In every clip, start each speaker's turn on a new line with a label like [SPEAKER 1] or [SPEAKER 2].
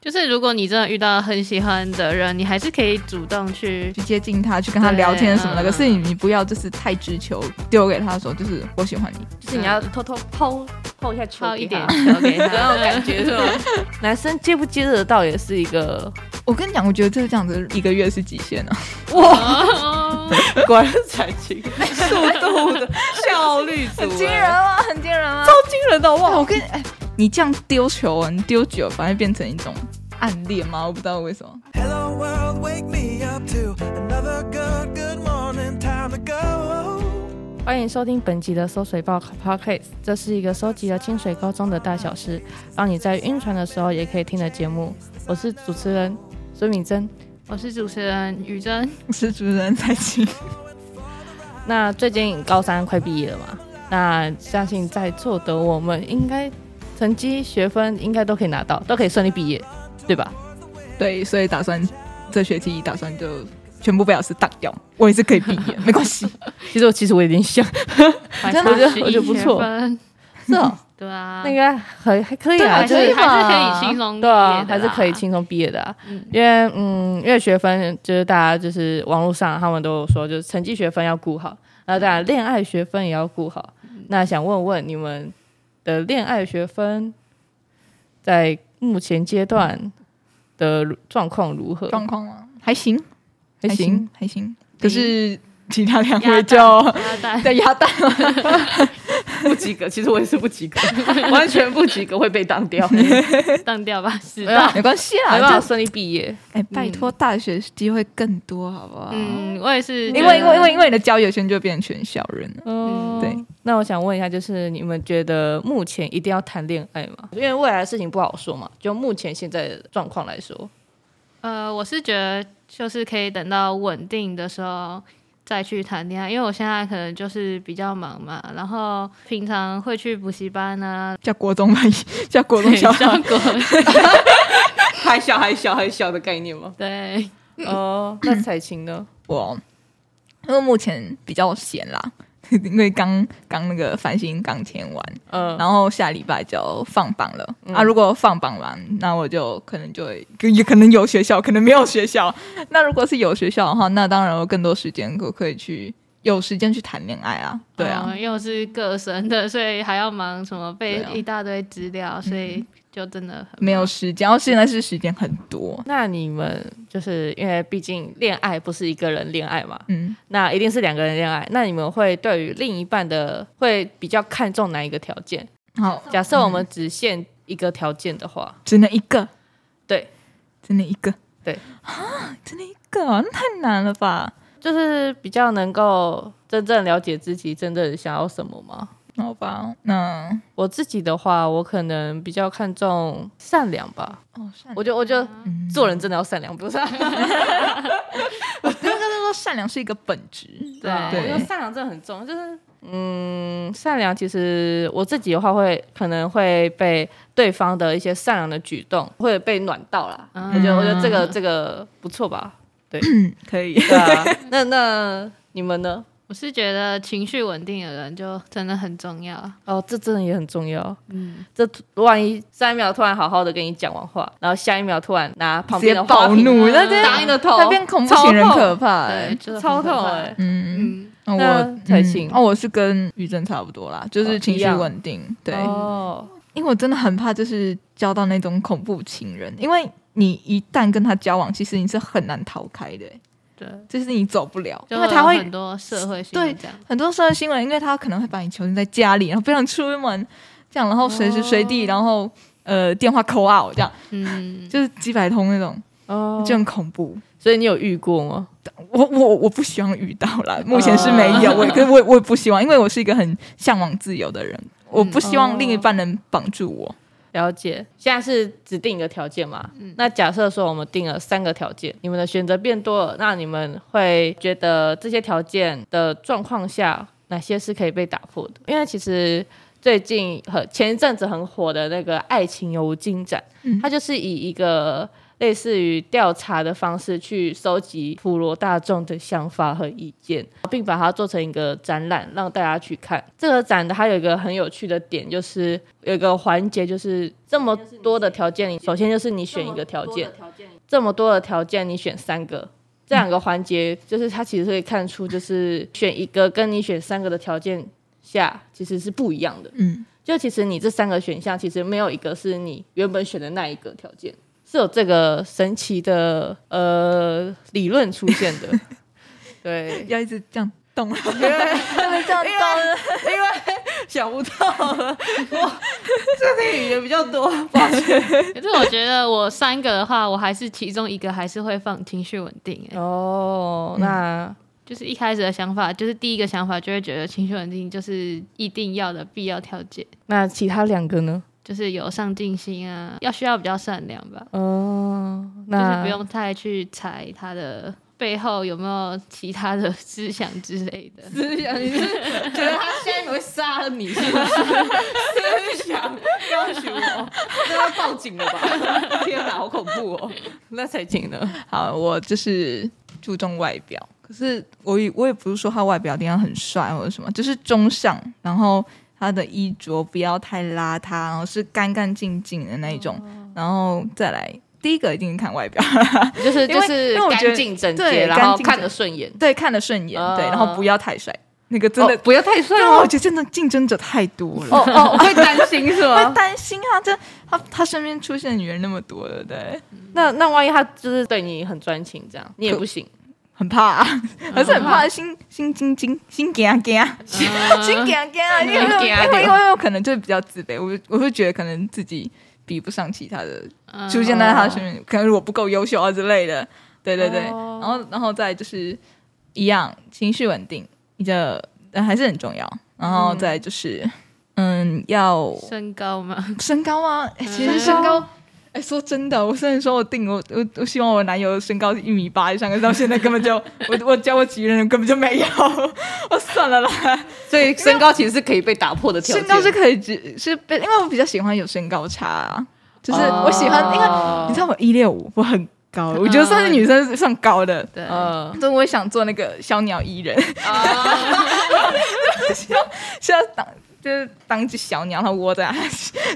[SPEAKER 1] 就是如果你真的遇到很喜欢的人，你还是可以主动去
[SPEAKER 2] 去接近他，去跟他聊天什么的。
[SPEAKER 1] 对嗯
[SPEAKER 2] 可是你你不要就是太直球丢给他说，就是我喜欢你。
[SPEAKER 3] 就是你要偷偷抛抛一下球
[SPEAKER 1] 抛嗯
[SPEAKER 3] 给
[SPEAKER 1] 一
[SPEAKER 3] 他
[SPEAKER 1] 点 球给他，
[SPEAKER 3] 然后感觉是吗？ 男生接不接得到也是一个
[SPEAKER 2] 我跟你讲，我觉得这样子一个月是极限啊了。
[SPEAKER 3] 哇，
[SPEAKER 1] 哦。
[SPEAKER 3] 果然是才情速度的效率组，
[SPEAKER 2] 啊，很惊人啊！
[SPEAKER 3] 惊人的
[SPEAKER 2] 哇，我
[SPEAKER 3] 哇！
[SPEAKER 2] 跟哎、你这样丢球啊，你丢久了反而变成一种暗恋吗？我不知道为什么。
[SPEAKER 4] Hello world, wake me up to another good, good morning, time to go.
[SPEAKER 3] 欢迎哎收听本集的《搜水报 Podcast》，这是一个收集了清水高中的大小事，让你在晕船的时候也可以听的节目。我是主持人孙敏珍。
[SPEAKER 1] 我是主持人于真，
[SPEAKER 2] 我是主持人蔡琴，
[SPEAKER 3] 那最近高三快毕业了嘛？那相信在座的我们应该成绩、学分应该都可以拿到，都可以顺利毕业，对吧？
[SPEAKER 2] 对，所以打算这学期打算就全部被老师挡掉，我也是可以毕业，没关系。
[SPEAKER 3] 其实我其实我有点想，
[SPEAKER 1] 我
[SPEAKER 3] 真的我觉得我觉得不错是哦，
[SPEAKER 1] 对啊，
[SPEAKER 3] 那个还还可以
[SPEAKER 1] 对
[SPEAKER 3] 啊，
[SPEAKER 1] 还是
[SPEAKER 3] 就是
[SPEAKER 1] 还是可以轻松
[SPEAKER 3] 对啊
[SPEAKER 1] 毕业，的
[SPEAKER 3] 还
[SPEAKER 1] 啦
[SPEAKER 3] 是可以轻松毕业的啊。
[SPEAKER 1] 嗯
[SPEAKER 3] 因为嗯，因为学分就是大家就是网络上他们都有说，就是成绩学分要顾好，然后当然恋爱学分也要顾好。
[SPEAKER 1] 嗯
[SPEAKER 3] 那想问问你们的恋爱学分在目前阶段的状况如何？
[SPEAKER 2] 状况吗？还行，
[SPEAKER 3] 还
[SPEAKER 2] 还
[SPEAKER 3] 行
[SPEAKER 2] 行，还行。可是其他两位
[SPEAKER 1] 鸭蛋
[SPEAKER 2] 就
[SPEAKER 1] 鸭蛋
[SPEAKER 2] 在鸭蛋了。
[SPEAKER 3] 不及格，其实我也是不 及格，完全不及格会被当 掉，没
[SPEAKER 1] 当掉吧，是
[SPEAKER 3] 有
[SPEAKER 1] 吧？
[SPEAKER 2] 没关系
[SPEAKER 3] 办法
[SPEAKER 2] 啦，就
[SPEAKER 3] 顺利毕业。
[SPEAKER 2] 哎，拜托，大学机会更多，好不好？
[SPEAKER 1] 嗯，我也是觉得，
[SPEAKER 2] 因为因为因为因为你的交友圈就变成全校人了。
[SPEAKER 3] 嗯，
[SPEAKER 2] 对。
[SPEAKER 3] 那我想问一下，就是你们觉得目前一定要谈恋爱吗？因为未来的事情不好说嘛。就目前现在的状况来说，
[SPEAKER 1] 呃，我是觉得就是可以等到稳定的时候再去谈恋爱，因为我现在可能就是比较忙嘛，然后平常会去补习班 啊，
[SPEAKER 2] 叫国中吧，叫国中小 孩。
[SPEAKER 1] 国，
[SPEAKER 3] 还小还小还小的概念吗？
[SPEAKER 1] 对，
[SPEAKER 3] 哦、那彩琴呢？
[SPEAKER 2] 我因为目前比较闲啦， 因为刚刚那个繁星刚填完，
[SPEAKER 3] 嗯、
[SPEAKER 2] 然后下礼拜就放榜了、啊。如果放榜完，那我就可能就会也可能有学校，可能没有学校。 那如果是有学校的话，那当然有更多时间可可以去有时间去谈恋爱啊。对啊，
[SPEAKER 1] 嗯又是各省的，所以还要忙什么背
[SPEAKER 2] 对啊嗯
[SPEAKER 1] 一大堆资料，所以就真的很
[SPEAKER 2] 没有
[SPEAKER 1] 忙
[SPEAKER 2] 时间，然后现在是时间很多。
[SPEAKER 3] 那你们就是因为毕竟恋爱不是一个人恋爱嘛，
[SPEAKER 2] 嗯，
[SPEAKER 3] 那一定是两个人恋爱。那你们会对于另一半的会比较看重哪一个条件？
[SPEAKER 2] 好，
[SPEAKER 3] 假设我们只限一个条件的话，
[SPEAKER 2] 只能一个，
[SPEAKER 3] 对，
[SPEAKER 2] 只能一个，
[SPEAKER 3] 对
[SPEAKER 2] 啊，只能一个啊，那太难了吧？
[SPEAKER 3] 就是比较能够真正了解自己真正想要什么吗？
[SPEAKER 2] 好吧，那
[SPEAKER 3] 我自己的话，我可能比较看重善良吧。
[SPEAKER 2] 哦，善
[SPEAKER 3] 我觉得，我觉得做人真的要善良，不是啊？
[SPEAKER 2] 刚刚说善良是一个本质，
[SPEAKER 1] 对
[SPEAKER 3] 啊我觉得
[SPEAKER 2] 对
[SPEAKER 3] 善良真的很重要。就是，嗯，善良其实我自己的话会可能会被对方的一些善良的举动会被暖到啦。
[SPEAKER 1] 嗯
[SPEAKER 3] 我觉得，我觉得这个这个不错吧？
[SPEAKER 2] 可以。
[SPEAKER 3] 对 啊。那那你们呢？
[SPEAKER 1] 我是觉得情绪稳定的人就真的很重要。
[SPEAKER 3] 哦，这真的也很重要。
[SPEAKER 1] 嗯，
[SPEAKER 3] 这突万一上一秒突然好好的跟你讲完话，然后下一秒突然拿旁边的
[SPEAKER 2] 直接暴
[SPEAKER 3] 花瓶
[SPEAKER 2] 怒
[SPEAKER 1] 那
[SPEAKER 3] 打你的头，
[SPEAKER 2] 那变恐怖情人
[SPEAKER 3] 超痛
[SPEAKER 2] 可怕、
[SPEAKER 1] 对
[SPEAKER 2] 欸，，
[SPEAKER 1] 就是很
[SPEAKER 3] 超
[SPEAKER 1] 可
[SPEAKER 3] 痛
[SPEAKER 1] 怕
[SPEAKER 3] 哎、
[SPEAKER 2] 嗯，
[SPEAKER 1] 嗯，
[SPEAKER 2] 那
[SPEAKER 3] 那
[SPEAKER 2] 我
[SPEAKER 3] 才
[SPEAKER 2] 嗯
[SPEAKER 3] 行
[SPEAKER 2] 哦，我是跟于正差不多啦，就
[SPEAKER 3] 哦
[SPEAKER 2] 是
[SPEAKER 3] 一
[SPEAKER 2] 情绪
[SPEAKER 3] 样
[SPEAKER 2] 稳定，对，
[SPEAKER 3] 哦，
[SPEAKER 2] 因为我真的很怕就是交到那种恐怖情人，因为你一旦跟他交往，其实你是很难逃开的欸、
[SPEAKER 1] 对，
[SPEAKER 2] 就是你走不了，因
[SPEAKER 1] 就
[SPEAKER 2] 为他会
[SPEAKER 1] 有很多社会性
[SPEAKER 2] 对
[SPEAKER 1] 这样。
[SPEAKER 2] 很多社会新闻，因为他可能会把你囚禁在家里，然后不让出门，这样，然后随时随地，然后呃电话 call out 这样，
[SPEAKER 1] 嗯，
[SPEAKER 2] 就是几百通那种，
[SPEAKER 3] 哦，
[SPEAKER 2] 就很恐怖。
[SPEAKER 3] 所以你有遇过吗？
[SPEAKER 2] 我我我不希望遇到啦，目前是没有，我也可是我我也不希望，因为我是一个很向往自由的人，我不希望另一半能绑住我。
[SPEAKER 3] 了解，现在是只定一个条件嘛？那假设说我们定了三个条件，你们的选择变多了，那你们会觉得这些条件的状况下，哪些是可以被打破的？因为其实最近和前一阵子很火的那个《爱情油精展》，它就是以一个类似于调查的方式去收集普罗大众的想法和意见，并把它做成一个展览让大家去看。这个展的它有一个很有趣的点，就是有一个环节，就是这么多的条件，首先就是你选一个条件，这么多的条件你选三个。这两个环节就是它其实可以看出，就是选一个跟你选三个的条件下其实是不一样的。
[SPEAKER 2] 嗯，
[SPEAKER 3] 就其实你这三个选项，其实没有一个是你原本选的那一个条件，是有这个神奇的呃理论出现的。 对，
[SPEAKER 2] 要一直这样动，
[SPEAKER 3] 因为
[SPEAKER 2] 这样动，
[SPEAKER 3] 因为想不到了，我这里语言比较多，抱歉。
[SPEAKER 1] 可是我觉得我三个的话，我还是其中一个还是会放情绪稳定、欸。
[SPEAKER 3] 哦，那
[SPEAKER 1] 就是一开始的想法，就是第一个想法就会觉得情绪稳定就是一定要的必要条件，
[SPEAKER 3] 那其他两个呢？
[SPEAKER 1] 就是有上进心啊，要需要比较善良吧，
[SPEAKER 3] 哦，
[SPEAKER 1] 就是
[SPEAKER 2] 嗯
[SPEAKER 3] 那
[SPEAKER 1] 不用太去猜他的背后有没有其他的思想之类的。
[SPEAKER 3] 思想，你是觉得他下一秒会杀了 你，是不是？思想要求我，那要报警了吧？天哪，好恐怖哦！那才警呢。
[SPEAKER 2] 好，我就是注重外表，可是我也我也不是说他外表一定要很帅或者什么，就是中上，然后他的衣着不要太邋遢，然后是干干净净的那一种，
[SPEAKER 3] 哦
[SPEAKER 2] 然后再来第一个一定看外表，
[SPEAKER 3] 就是
[SPEAKER 2] 因为因为我觉得
[SPEAKER 3] 整
[SPEAKER 2] 对干净整
[SPEAKER 3] 顺眼。
[SPEAKER 2] 对，看得顺眼，对，
[SPEAKER 3] 哦
[SPEAKER 2] 然后不要太帅，那个真的，
[SPEAKER 3] 哦不要太帅
[SPEAKER 2] 因为我
[SPEAKER 3] 哦。
[SPEAKER 2] 觉得真的竞争者太多了。
[SPEAKER 3] 哦哦， 会担心是
[SPEAKER 2] 我会
[SPEAKER 3] 吗？
[SPEAKER 2] 担心啊，这他他身边出现的女人那么多，对不对？
[SPEAKER 3] 那那万一他就是对你很专情，这样你也不行。
[SPEAKER 2] 很怕、啊，
[SPEAKER 3] 嗯
[SPEAKER 2] 还是很怕心心惊惊心惊惊心心惊惊
[SPEAKER 3] 嗯
[SPEAKER 2] 啊！因为因为因为因为我可能就是比较自卑，我我会觉得可能自己比不上其他的
[SPEAKER 1] 嗯
[SPEAKER 2] 出现在他身边，可能我不够优秀啊之类的。对对对，
[SPEAKER 3] 哦
[SPEAKER 2] 然后然后再就是一样情绪稳定，你的、呃还是很重要。然后再就是嗯要
[SPEAKER 1] 身高嘛，
[SPEAKER 2] 身高啊，哎其实
[SPEAKER 1] 嗯
[SPEAKER 2] 身高。哎，说真的，我虽然说我定我我我希望我男友身高一米八以上，可是到现在根本就 我我交过几任根本就没有， 我算了啦。
[SPEAKER 3] 所以身高其实是可以被打破的条
[SPEAKER 2] 身高是可以只是被，因为我比较喜欢有身高差、啊，就是
[SPEAKER 3] 哦
[SPEAKER 2] 我喜欢，因为
[SPEAKER 3] 为
[SPEAKER 2] 你知道我一六五，我很高，我觉得算是女生算高的，
[SPEAKER 1] 对，
[SPEAKER 3] 嗯，
[SPEAKER 2] 所以我也想做那个小鸟依人，
[SPEAKER 3] 哦
[SPEAKER 2] 想要当就是当只小鸟，然后窝在 他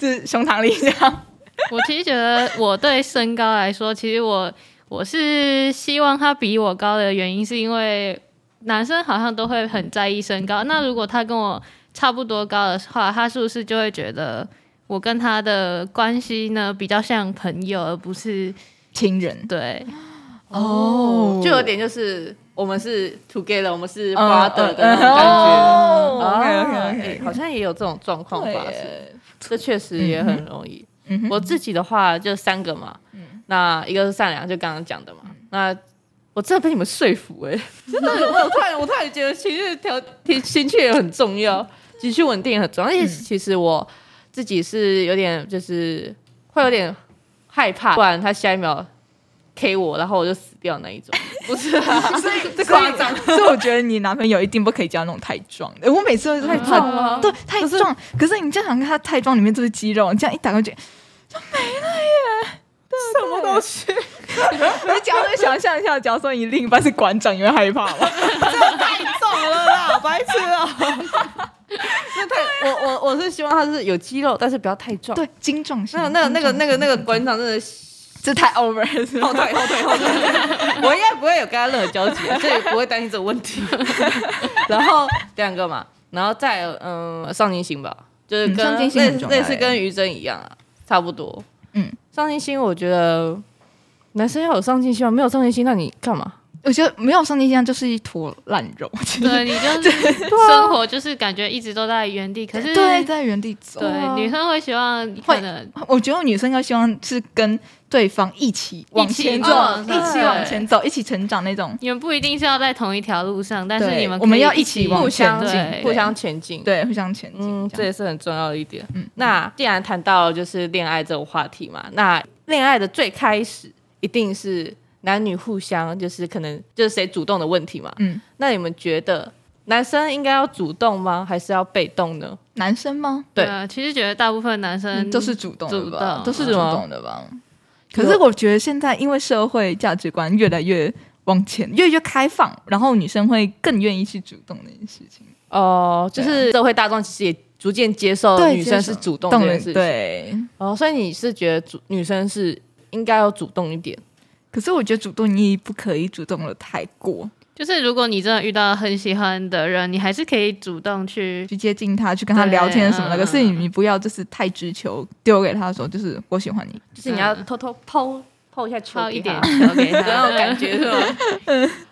[SPEAKER 2] 就是胸膛里这样。
[SPEAKER 1] 我其实觉得我对身高来说，其实我我是希望他比我高的原因，是因为男生好像都会很在意身高。那如果他跟我差不多高的话，他是不是就会觉得我跟他的关系呢比较像朋友，而不是
[SPEAKER 2] 亲人
[SPEAKER 1] 对？
[SPEAKER 2] 哦
[SPEAKER 3] 就有点就是我们是 together，我们是
[SPEAKER 2] 嗯
[SPEAKER 3] brother 的那
[SPEAKER 2] 嗯
[SPEAKER 3] 种感觉。
[SPEAKER 2] 哦
[SPEAKER 3] 啊
[SPEAKER 2] OK，OK，OK
[SPEAKER 3] 哎好像也有这种状况
[SPEAKER 2] 对
[SPEAKER 3] 发生，
[SPEAKER 2] 耶
[SPEAKER 3] 这确实也很容易。
[SPEAKER 2] 嗯哼
[SPEAKER 3] 我自己的话就三个嘛，那一个是善良，就刚刚讲的嘛，那。我真的被你们说服哎、嗯 真的，我突然我突然觉得情绪调情情绪也很重要，情绪稳定也很重要。因为其实我自己是有点就是会有点害怕，不然他下一秒 K 我，然后我就死掉那一 种。不是、啊，所以这夸张。
[SPEAKER 2] 所以我觉得你男朋友一定不可以交那种太壮的。我每次都是太
[SPEAKER 3] 很壮吗
[SPEAKER 2] 壮，对，太壮。可是你经常看他太壮，里面都是肌肉，你这样一打过去就没了耶，什么东西？你假设想象一下，假如说你另一半是馆长，你会害怕吗？
[SPEAKER 3] 懂了啦，白痴啊！ 那太我我我是希望他是有肌肉，但是不要太壮。
[SPEAKER 2] 对，精壮型
[SPEAKER 3] 那，那那个那个那个馆长真的哦
[SPEAKER 2] 这太 over 了。
[SPEAKER 3] 后退后退后退，哦我应该不会有跟他任何交集，所以不会担心这个问 题。然后两个嘛，然后再有嗯上进心吧，就是
[SPEAKER 2] 嗯上
[SPEAKER 3] 跟
[SPEAKER 2] 进心
[SPEAKER 3] 类
[SPEAKER 2] 很重要
[SPEAKER 3] 类似
[SPEAKER 2] 欸
[SPEAKER 3] 跟于真一样啊，差不多。
[SPEAKER 2] 嗯，
[SPEAKER 3] 上进心我觉得男生要有上进心啊，没有上进心那你干嘛？
[SPEAKER 2] 我觉得没有上进心就是一坨烂肉，其实
[SPEAKER 1] 对你就是生活就是感觉一直都在原地，可是
[SPEAKER 2] 啊对，啊在原地走。
[SPEAKER 1] 对女生会希望可能
[SPEAKER 2] 我觉得女生要希望是跟对方一起往前走，
[SPEAKER 1] 一
[SPEAKER 2] 一
[SPEAKER 1] 起
[SPEAKER 2] 起
[SPEAKER 1] 对
[SPEAKER 2] 往前走，一起成长那种。
[SPEAKER 1] 你们不一定是要在同一条路上，但是
[SPEAKER 2] 对
[SPEAKER 1] 你们
[SPEAKER 2] 我们
[SPEAKER 1] 可以
[SPEAKER 2] 要
[SPEAKER 1] 一
[SPEAKER 2] 一起往
[SPEAKER 3] 互
[SPEAKER 2] 前
[SPEAKER 3] 相
[SPEAKER 2] 进
[SPEAKER 1] 对
[SPEAKER 3] 互相前进。
[SPEAKER 2] 哎对，互相前进。
[SPEAKER 3] 嗯，
[SPEAKER 2] 这
[SPEAKER 3] 这
[SPEAKER 2] 样
[SPEAKER 3] 也是很重要的一点。
[SPEAKER 2] 嗯
[SPEAKER 3] 嗯，那既然谈到就是恋爱这种话题嘛，那恋爱的最开始一定是男女互相，就是可能就是谁主动的问题嘛。
[SPEAKER 2] 嗯，
[SPEAKER 3] 那你们觉得男生应该要主动吗，还是要被动呢？
[SPEAKER 2] 男生吗？
[SPEAKER 3] 对嗯
[SPEAKER 1] 啊，其实觉得大部分男生
[SPEAKER 2] 嗯都是主动的
[SPEAKER 1] 主
[SPEAKER 2] 吧，
[SPEAKER 1] 动
[SPEAKER 2] 都是主
[SPEAKER 3] 是吗
[SPEAKER 2] 动的吧。可是我觉得现在因为社会价值观越来越往前，越来越开放，然后女生会更愿意去主动这件事情。
[SPEAKER 3] 哦，就
[SPEAKER 2] 对啊
[SPEAKER 3] 是社会大众其实也逐渐接受
[SPEAKER 2] 对
[SPEAKER 3] 哦女生
[SPEAKER 2] 接受
[SPEAKER 3] 是主动这件
[SPEAKER 2] 人
[SPEAKER 3] 事情。
[SPEAKER 2] 对，
[SPEAKER 3] 哦，所以你是觉得主女生是应该要主动一点
[SPEAKER 2] 可是我觉得主动你也不可以主动的太过，
[SPEAKER 1] 就是如果你真的遇到很喜欢的人，你还是可以主动去
[SPEAKER 2] 去接近他，去跟他
[SPEAKER 1] 对
[SPEAKER 2] 聊天什么的。
[SPEAKER 1] 嗯
[SPEAKER 2] 可是你你不要就是太直球丢给他说，就是我喜欢你。
[SPEAKER 3] 就是你要偷偷抛嗯抛一下球
[SPEAKER 1] 抛
[SPEAKER 3] 给
[SPEAKER 1] 一
[SPEAKER 3] 他
[SPEAKER 1] 点球 给他，
[SPEAKER 3] 这种感觉是吗？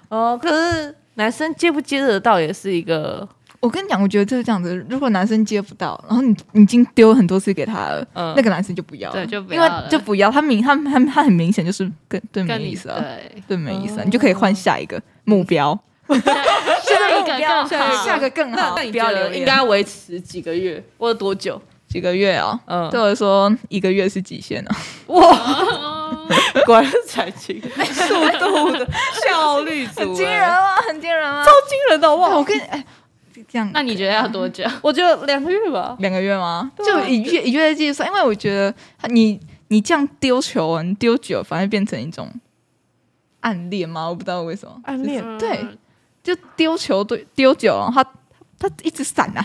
[SPEAKER 3] 哦，可是男生接不接得到也是一个，
[SPEAKER 2] 我跟你讲，我觉得就是这样子。如果男生接不到，然后你你已经丢很多次给他了，
[SPEAKER 3] 嗯，
[SPEAKER 2] 那个男生就不要了，
[SPEAKER 1] 对就不
[SPEAKER 2] 因
[SPEAKER 1] 要了
[SPEAKER 2] 为就不要。他明他他他很明显就是跟对
[SPEAKER 1] 跟
[SPEAKER 2] 没
[SPEAKER 1] 你
[SPEAKER 2] 意思啊，
[SPEAKER 1] 对，
[SPEAKER 2] 对没意思啊，
[SPEAKER 3] 哦
[SPEAKER 2] 你就可以换下一个目标，
[SPEAKER 1] 下一个
[SPEAKER 2] 目标
[SPEAKER 1] 更好，
[SPEAKER 2] 下一个更
[SPEAKER 3] 嗯那
[SPEAKER 2] 好
[SPEAKER 3] 那，你
[SPEAKER 2] 不
[SPEAKER 3] 觉
[SPEAKER 2] 要
[SPEAKER 3] 得
[SPEAKER 2] 留
[SPEAKER 3] 应
[SPEAKER 2] 言
[SPEAKER 3] 该要维持几个月或者多久？
[SPEAKER 2] 几个月啊。
[SPEAKER 3] 嗯，
[SPEAKER 2] 对我来说，一个月是极限 啊！
[SPEAKER 3] 哇， 果然是才情，速度的效率 组，
[SPEAKER 2] 很惊人
[SPEAKER 3] 哎，
[SPEAKER 2] 啊，很惊人啊！
[SPEAKER 3] 超惊人的好不
[SPEAKER 2] 哇，
[SPEAKER 3] 好
[SPEAKER 2] 我？跟你哎，这样
[SPEAKER 1] 那你觉得要多久？
[SPEAKER 3] 我觉得两个月吧，
[SPEAKER 2] 两个月吗？
[SPEAKER 3] 对啊
[SPEAKER 2] 就以月以月计算，因为我觉得你你这样丢球啊，你丢久了反而变成一种暗恋吗？我不知道为什么，
[SPEAKER 3] 暗恋
[SPEAKER 1] 嗯
[SPEAKER 2] 对，就丢球对丢久了，他他一直闪啊，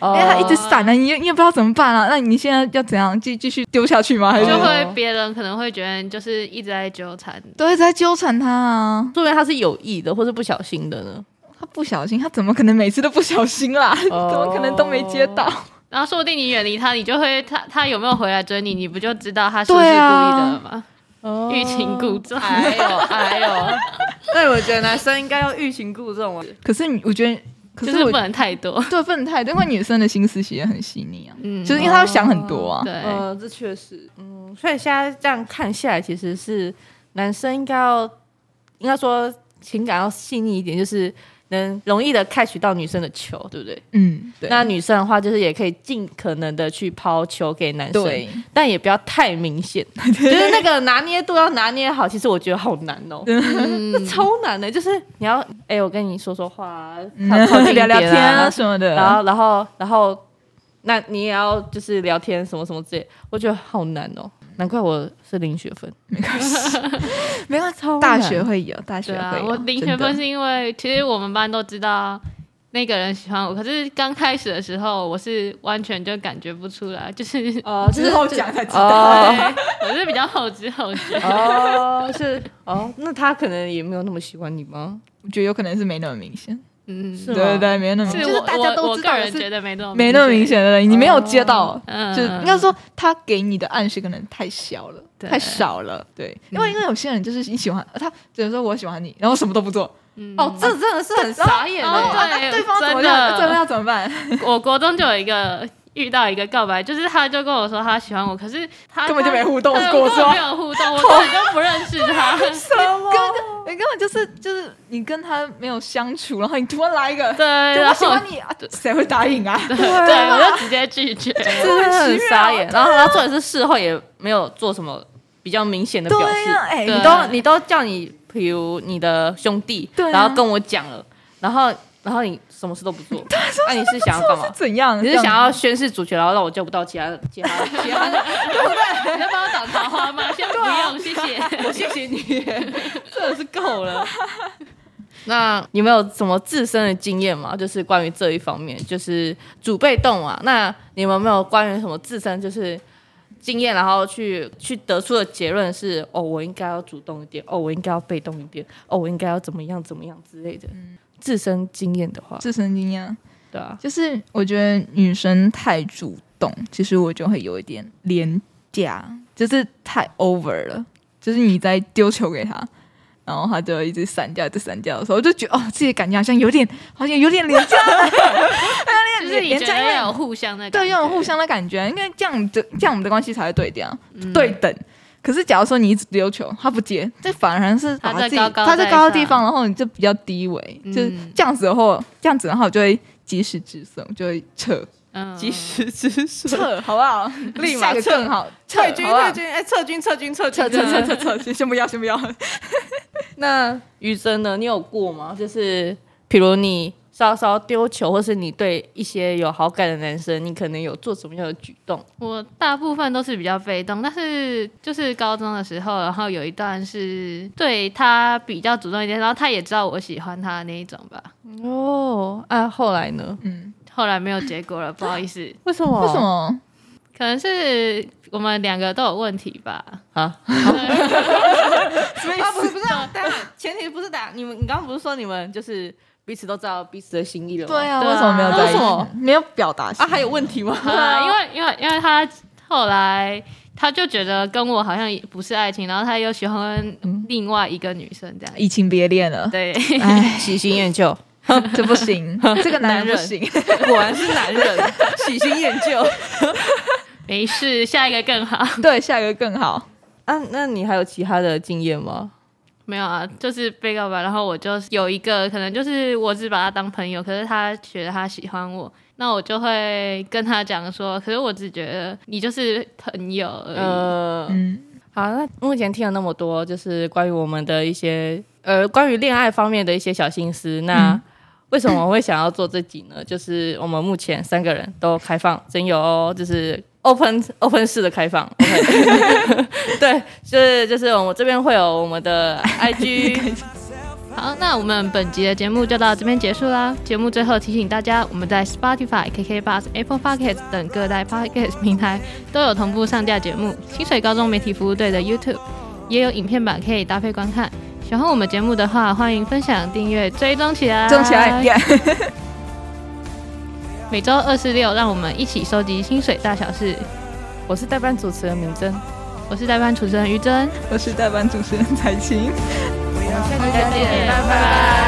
[SPEAKER 3] 哦
[SPEAKER 2] 因
[SPEAKER 3] 哎
[SPEAKER 2] 为他一直闪啊，你也你也不知道怎么办啊。那你现在要怎样继继续丢下去吗？还是
[SPEAKER 1] 就
[SPEAKER 3] 哦
[SPEAKER 1] 会别人可能会觉得你就是一直在纠缠，
[SPEAKER 2] 都一直在纠缠他啊？
[SPEAKER 3] 说明他是有意的，或是不小心的呢？
[SPEAKER 2] 他不小心，他怎么可能每次都不小心啦？
[SPEAKER 3] 哦
[SPEAKER 2] 怎么可能都没接到？
[SPEAKER 1] 然后说不定你远离他，你就会他他有没有回来追你，你不就知道他是不是故意
[SPEAKER 2] 对
[SPEAKER 1] 的
[SPEAKER 2] 啊
[SPEAKER 1] 了吗？
[SPEAKER 3] 哦
[SPEAKER 1] 欲擒 故纵
[SPEAKER 3] 哎呦哎呦！那你们觉得男生应该要欲擒故纵吗？
[SPEAKER 2] 可是你我觉得，可
[SPEAKER 1] 就是是
[SPEAKER 2] 我
[SPEAKER 1] 不能太多。
[SPEAKER 2] 对不能太多，因为女生的心思其实很细腻啊，
[SPEAKER 1] 嗯
[SPEAKER 2] 就是因为她会想很多啊。
[SPEAKER 1] 对，
[SPEAKER 3] 呃，这确实，嗯，所以现在这样看下来，其实是男生应该要，应该说情感要细腻一点，就是能容易的 catch 到女生的球，对不对？
[SPEAKER 2] 嗯，对。
[SPEAKER 3] 那女生的话，就是也可以尽可能的去抛球给男生，
[SPEAKER 2] 对，
[SPEAKER 3] 但也不要太明显， 就是那个拿捏度要拿捏好。其实我觉得好难哦，这
[SPEAKER 2] 嗯
[SPEAKER 3] 超难的，就是你要，哎、我跟你说说话啊，
[SPEAKER 2] 嗯
[SPEAKER 3] 靠靠 近一点
[SPEAKER 2] 聊
[SPEAKER 3] 啊
[SPEAKER 2] 聊天啊什么的，
[SPEAKER 3] 然后，然后，然后，那你也要就是聊天什么什么之类，我觉得好难哦，难怪我是零学分，
[SPEAKER 2] 没关 系，没关系
[SPEAKER 3] 超，
[SPEAKER 2] 大
[SPEAKER 3] 难
[SPEAKER 2] 学会有，大学
[SPEAKER 1] 对啊
[SPEAKER 2] 会，有。
[SPEAKER 1] 我零学分
[SPEAKER 2] 真的
[SPEAKER 1] 是因为其实我们班都知道那个人喜欢我，可是刚开始的时候我是完全就感觉不出来，就是
[SPEAKER 3] 哦
[SPEAKER 2] 之后讲才知道。
[SPEAKER 3] 哦
[SPEAKER 1] 对， 我是比较后知后觉。
[SPEAKER 3] 哦，是哦，那他可能也没有那么喜欢你吗？
[SPEAKER 2] 我觉得有可能是没那么明显，
[SPEAKER 1] 嗯，
[SPEAKER 3] 是
[SPEAKER 2] 对
[SPEAKER 3] 吗
[SPEAKER 2] 对对，没那么明
[SPEAKER 1] 是
[SPEAKER 2] 显，就
[SPEAKER 1] 我
[SPEAKER 2] 是大家
[SPEAKER 1] 我
[SPEAKER 2] 都
[SPEAKER 1] 我
[SPEAKER 2] 知
[SPEAKER 1] 个
[SPEAKER 2] 道
[SPEAKER 1] 人觉
[SPEAKER 2] 是
[SPEAKER 1] 得没那么
[SPEAKER 2] 没那么明显的，你没有接到
[SPEAKER 3] 哦，
[SPEAKER 1] 嗯
[SPEAKER 2] 就应该说他给你的暗示可能太小了，
[SPEAKER 1] 对嗯
[SPEAKER 2] 太少了，对，因为因为有些人就是你喜欢他，只能说我喜欢你，然后什么都不做，
[SPEAKER 1] 嗯
[SPEAKER 3] 哦，这真的是很傻眼
[SPEAKER 1] 哦
[SPEAKER 3] 哎
[SPEAKER 1] 对
[SPEAKER 2] 啊那对方怎么
[SPEAKER 1] 真的
[SPEAKER 2] 样？对方要怎么 办？
[SPEAKER 1] 我国中就有一个遇到一个告白，就是他就跟我说他喜欢我，可是他
[SPEAKER 2] 根本就没互动
[SPEAKER 1] 对
[SPEAKER 2] 过
[SPEAKER 1] 我根
[SPEAKER 2] 是
[SPEAKER 1] 本
[SPEAKER 2] 吧
[SPEAKER 1] 没有互动，我根本就不认识 他。
[SPEAKER 2] 根本就你根本就是就是你跟他没有相处，然后你突然来一个，
[SPEAKER 1] 对，
[SPEAKER 2] 就
[SPEAKER 1] 然后
[SPEAKER 2] 我喜欢你啊，谁会答应啊？
[SPEAKER 1] 对，我 就直接拒绝。
[SPEAKER 3] 真的很傻眼。然后他做的是事后也没有做什么比较明显的 表
[SPEAKER 2] 对呀，
[SPEAKER 3] 示，啊
[SPEAKER 2] 哎，
[SPEAKER 1] 对
[SPEAKER 3] 你都你都叫你，比如你的兄弟，
[SPEAKER 2] 对啊
[SPEAKER 3] 然后跟我讲了，然后然后你什么事都不做，那你是想要干嘛
[SPEAKER 2] 是？怎样？
[SPEAKER 3] 你是
[SPEAKER 2] 这样
[SPEAKER 3] 想要宣誓主权，然后让我叫不到其他其他 其他人？
[SPEAKER 1] 你在帮我找桃花 吗？先不用，谢谢。
[SPEAKER 3] 我谢谢你 耶，真的是够了。 那你们有什么自身的经验吗？就是关于这一方面，就是主被动啊。那你们有没有关于什么自身就是经验，然后去去得出的结论是：哦，我应该要主动一点，哦，我应该要被动一点，哦，我应该要怎么样怎么样之类的。自身经验的话，
[SPEAKER 2] 自身经验，
[SPEAKER 3] 对啊，
[SPEAKER 2] 就是我觉得女生太主动，其实我就会有一点廉价，就是太 over 了。就是你在丢球给他，然后他就一直散掉，一直散掉的时候，我就觉得哦，自己感觉好像有点，好像有点廉价，有
[SPEAKER 1] 就
[SPEAKER 2] 点
[SPEAKER 1] 是你
[SPEAKER 2] 廉
[SPEAKER 1] 觉
[SPEAKER 2] 价，因
[SPEAKER 1] 得
[SPEAKER 2] 为
[SPEAKER 1] 要有互相的，
[SPEAKER 2] 对，要有互。相的感觉，因啊为这样的这样我们的关系才会对调、对等。可是假如说你一直丢球，他不接，这反而是把
[SPEAKER 1] 他在
[SPEAKER 2] 自己
[SPEAKER 1] 高高
[SPEAKER 2] 他在
[SPEAKER 1] 在
[SPEAKER 2] 高的地
[SPEAKER 1] 上
[SPEAKER 2] 方，然后你就比较低微，就是
[SPEAKER 1] 嗯
[SPEAKER 2] 这样子的话，这样子的话我就会及时止损，我就会撤
[SPEAKER 1] 嗯，
[SPEAKER 3] 时止损，
[SPEAKER 2] 撤，好不好？
[SPEAKER 3] 立马
[SPEAKER 2] 下一个
[SPEAKER 3] 撤
[SPEAKER 2] 更好，
[SPEAKER 3] 撤军，
[SPEAKER 2] 好不好
[SPEAKER 3] 撤军，哎，撤军，撤军，撤军，
[SPEAKER 2] 撤撤撤撤撤，先先不要，先不 要。
[SPEAKER 3] 那于真呢？你有过吗？就是比如你稍稍丢球，或是你对一些有好感的男生，你可能有做什么样的举动？
[SPEAKER 1] 我大部分都是比较被动，但是就是高中的时候，然后有一段是对他比较主动一点，然后他也知道我喜欢他的那一种吧。
[SPEAKER 3] 哦，啊，后来呢？
[SPEAKER 2] 嗯，
[SPEAKER 1] 后来没有结果了，不好意思，
[SPEAKER 3] 为什么？
[SPEAKER 2] 为什么？
[SPEAKER 1] 可能是我们两个都有问题 吧。
[SPEAKER 3] 啊？啊，不是不是啊，当然前提不是打你们，你刚刚不是说你们就是彼此都知道彼此的心意了吗？
[SPEAKER 2] 对啊，
[SPEAKER 1] 对啊
[SPEAKER 2] 为什么没有在
[SPEAKER 3] 为什么
[SPEAKER 2] 一起？没有表达性
[SPEAKER 3] 啊，还有问题 吗？
[SPEAKER 1] 啊，因为因为因为他后来他就觉得跟我好像也不是爱情，然后他又喜欢另外一个女生这样。
[SPEAKER 2] 移情别恋了，
[SPEAKER 1] 对，
[SPEAKER 2] 哎，
[SPEAKER 3] 喜新厌旧，
[SPEAKER 2] 这不行，这个男人不行。
[SPEAKER 3] 果然是男人，喜新厌旧。
[SPEAKER 1] 没事，下一个更好。
[SPEAKER 2] 对，下一个更好。
[SPEAKER 3] 啊，那你还有其他的经验吗？
[SPEAKER 1] 没有啊，就是被告白，然后我就有一个可能就是我只把他当朋友，可是他觉得他喜欢我，那我就会跟他讲说，可是我只觉得你就是朋友而已。
[SPEAKER 3] 呃，
[SPEAKER 2] 嗯，
[SPEAKER 3] 好，那目前听了那么多，就是关于我们的一些呃，关于恋爱方面的一些小心思。那为什么会想要做这集呢？就是我们目前三个人都开放真友哦，就是 open open 式的开放。OK 对，就是就是我们这边会有我们的 IG，
[SPEAKER 4] myself
[SPEAKER 1] 好，那我们本集的节目就到这边结束啦。节目最后提醒大家，我们在 Spotify、KK Bus、Apple Podcasts 等各大 Podcast 平台都有同步上架节目。清水高中媒体服务队的 YouTube 也有影片版可以搭配观看。喜欢我们节目的话，欢迎分享、订阅、追踪起来，
[SPEAKER 2] 中起来，耶！
[SPEAKER 1] 每周二、四、六，让我们一起收集清水大小事。
[SPEAKER 3] 我是代班主持人明真，
[SPEAKER 1] 我是代班主持人于真，
[SPEAKER 2] 我是代班主持人彩琴。
[SPEAKER 1] 下次再见，拜拜。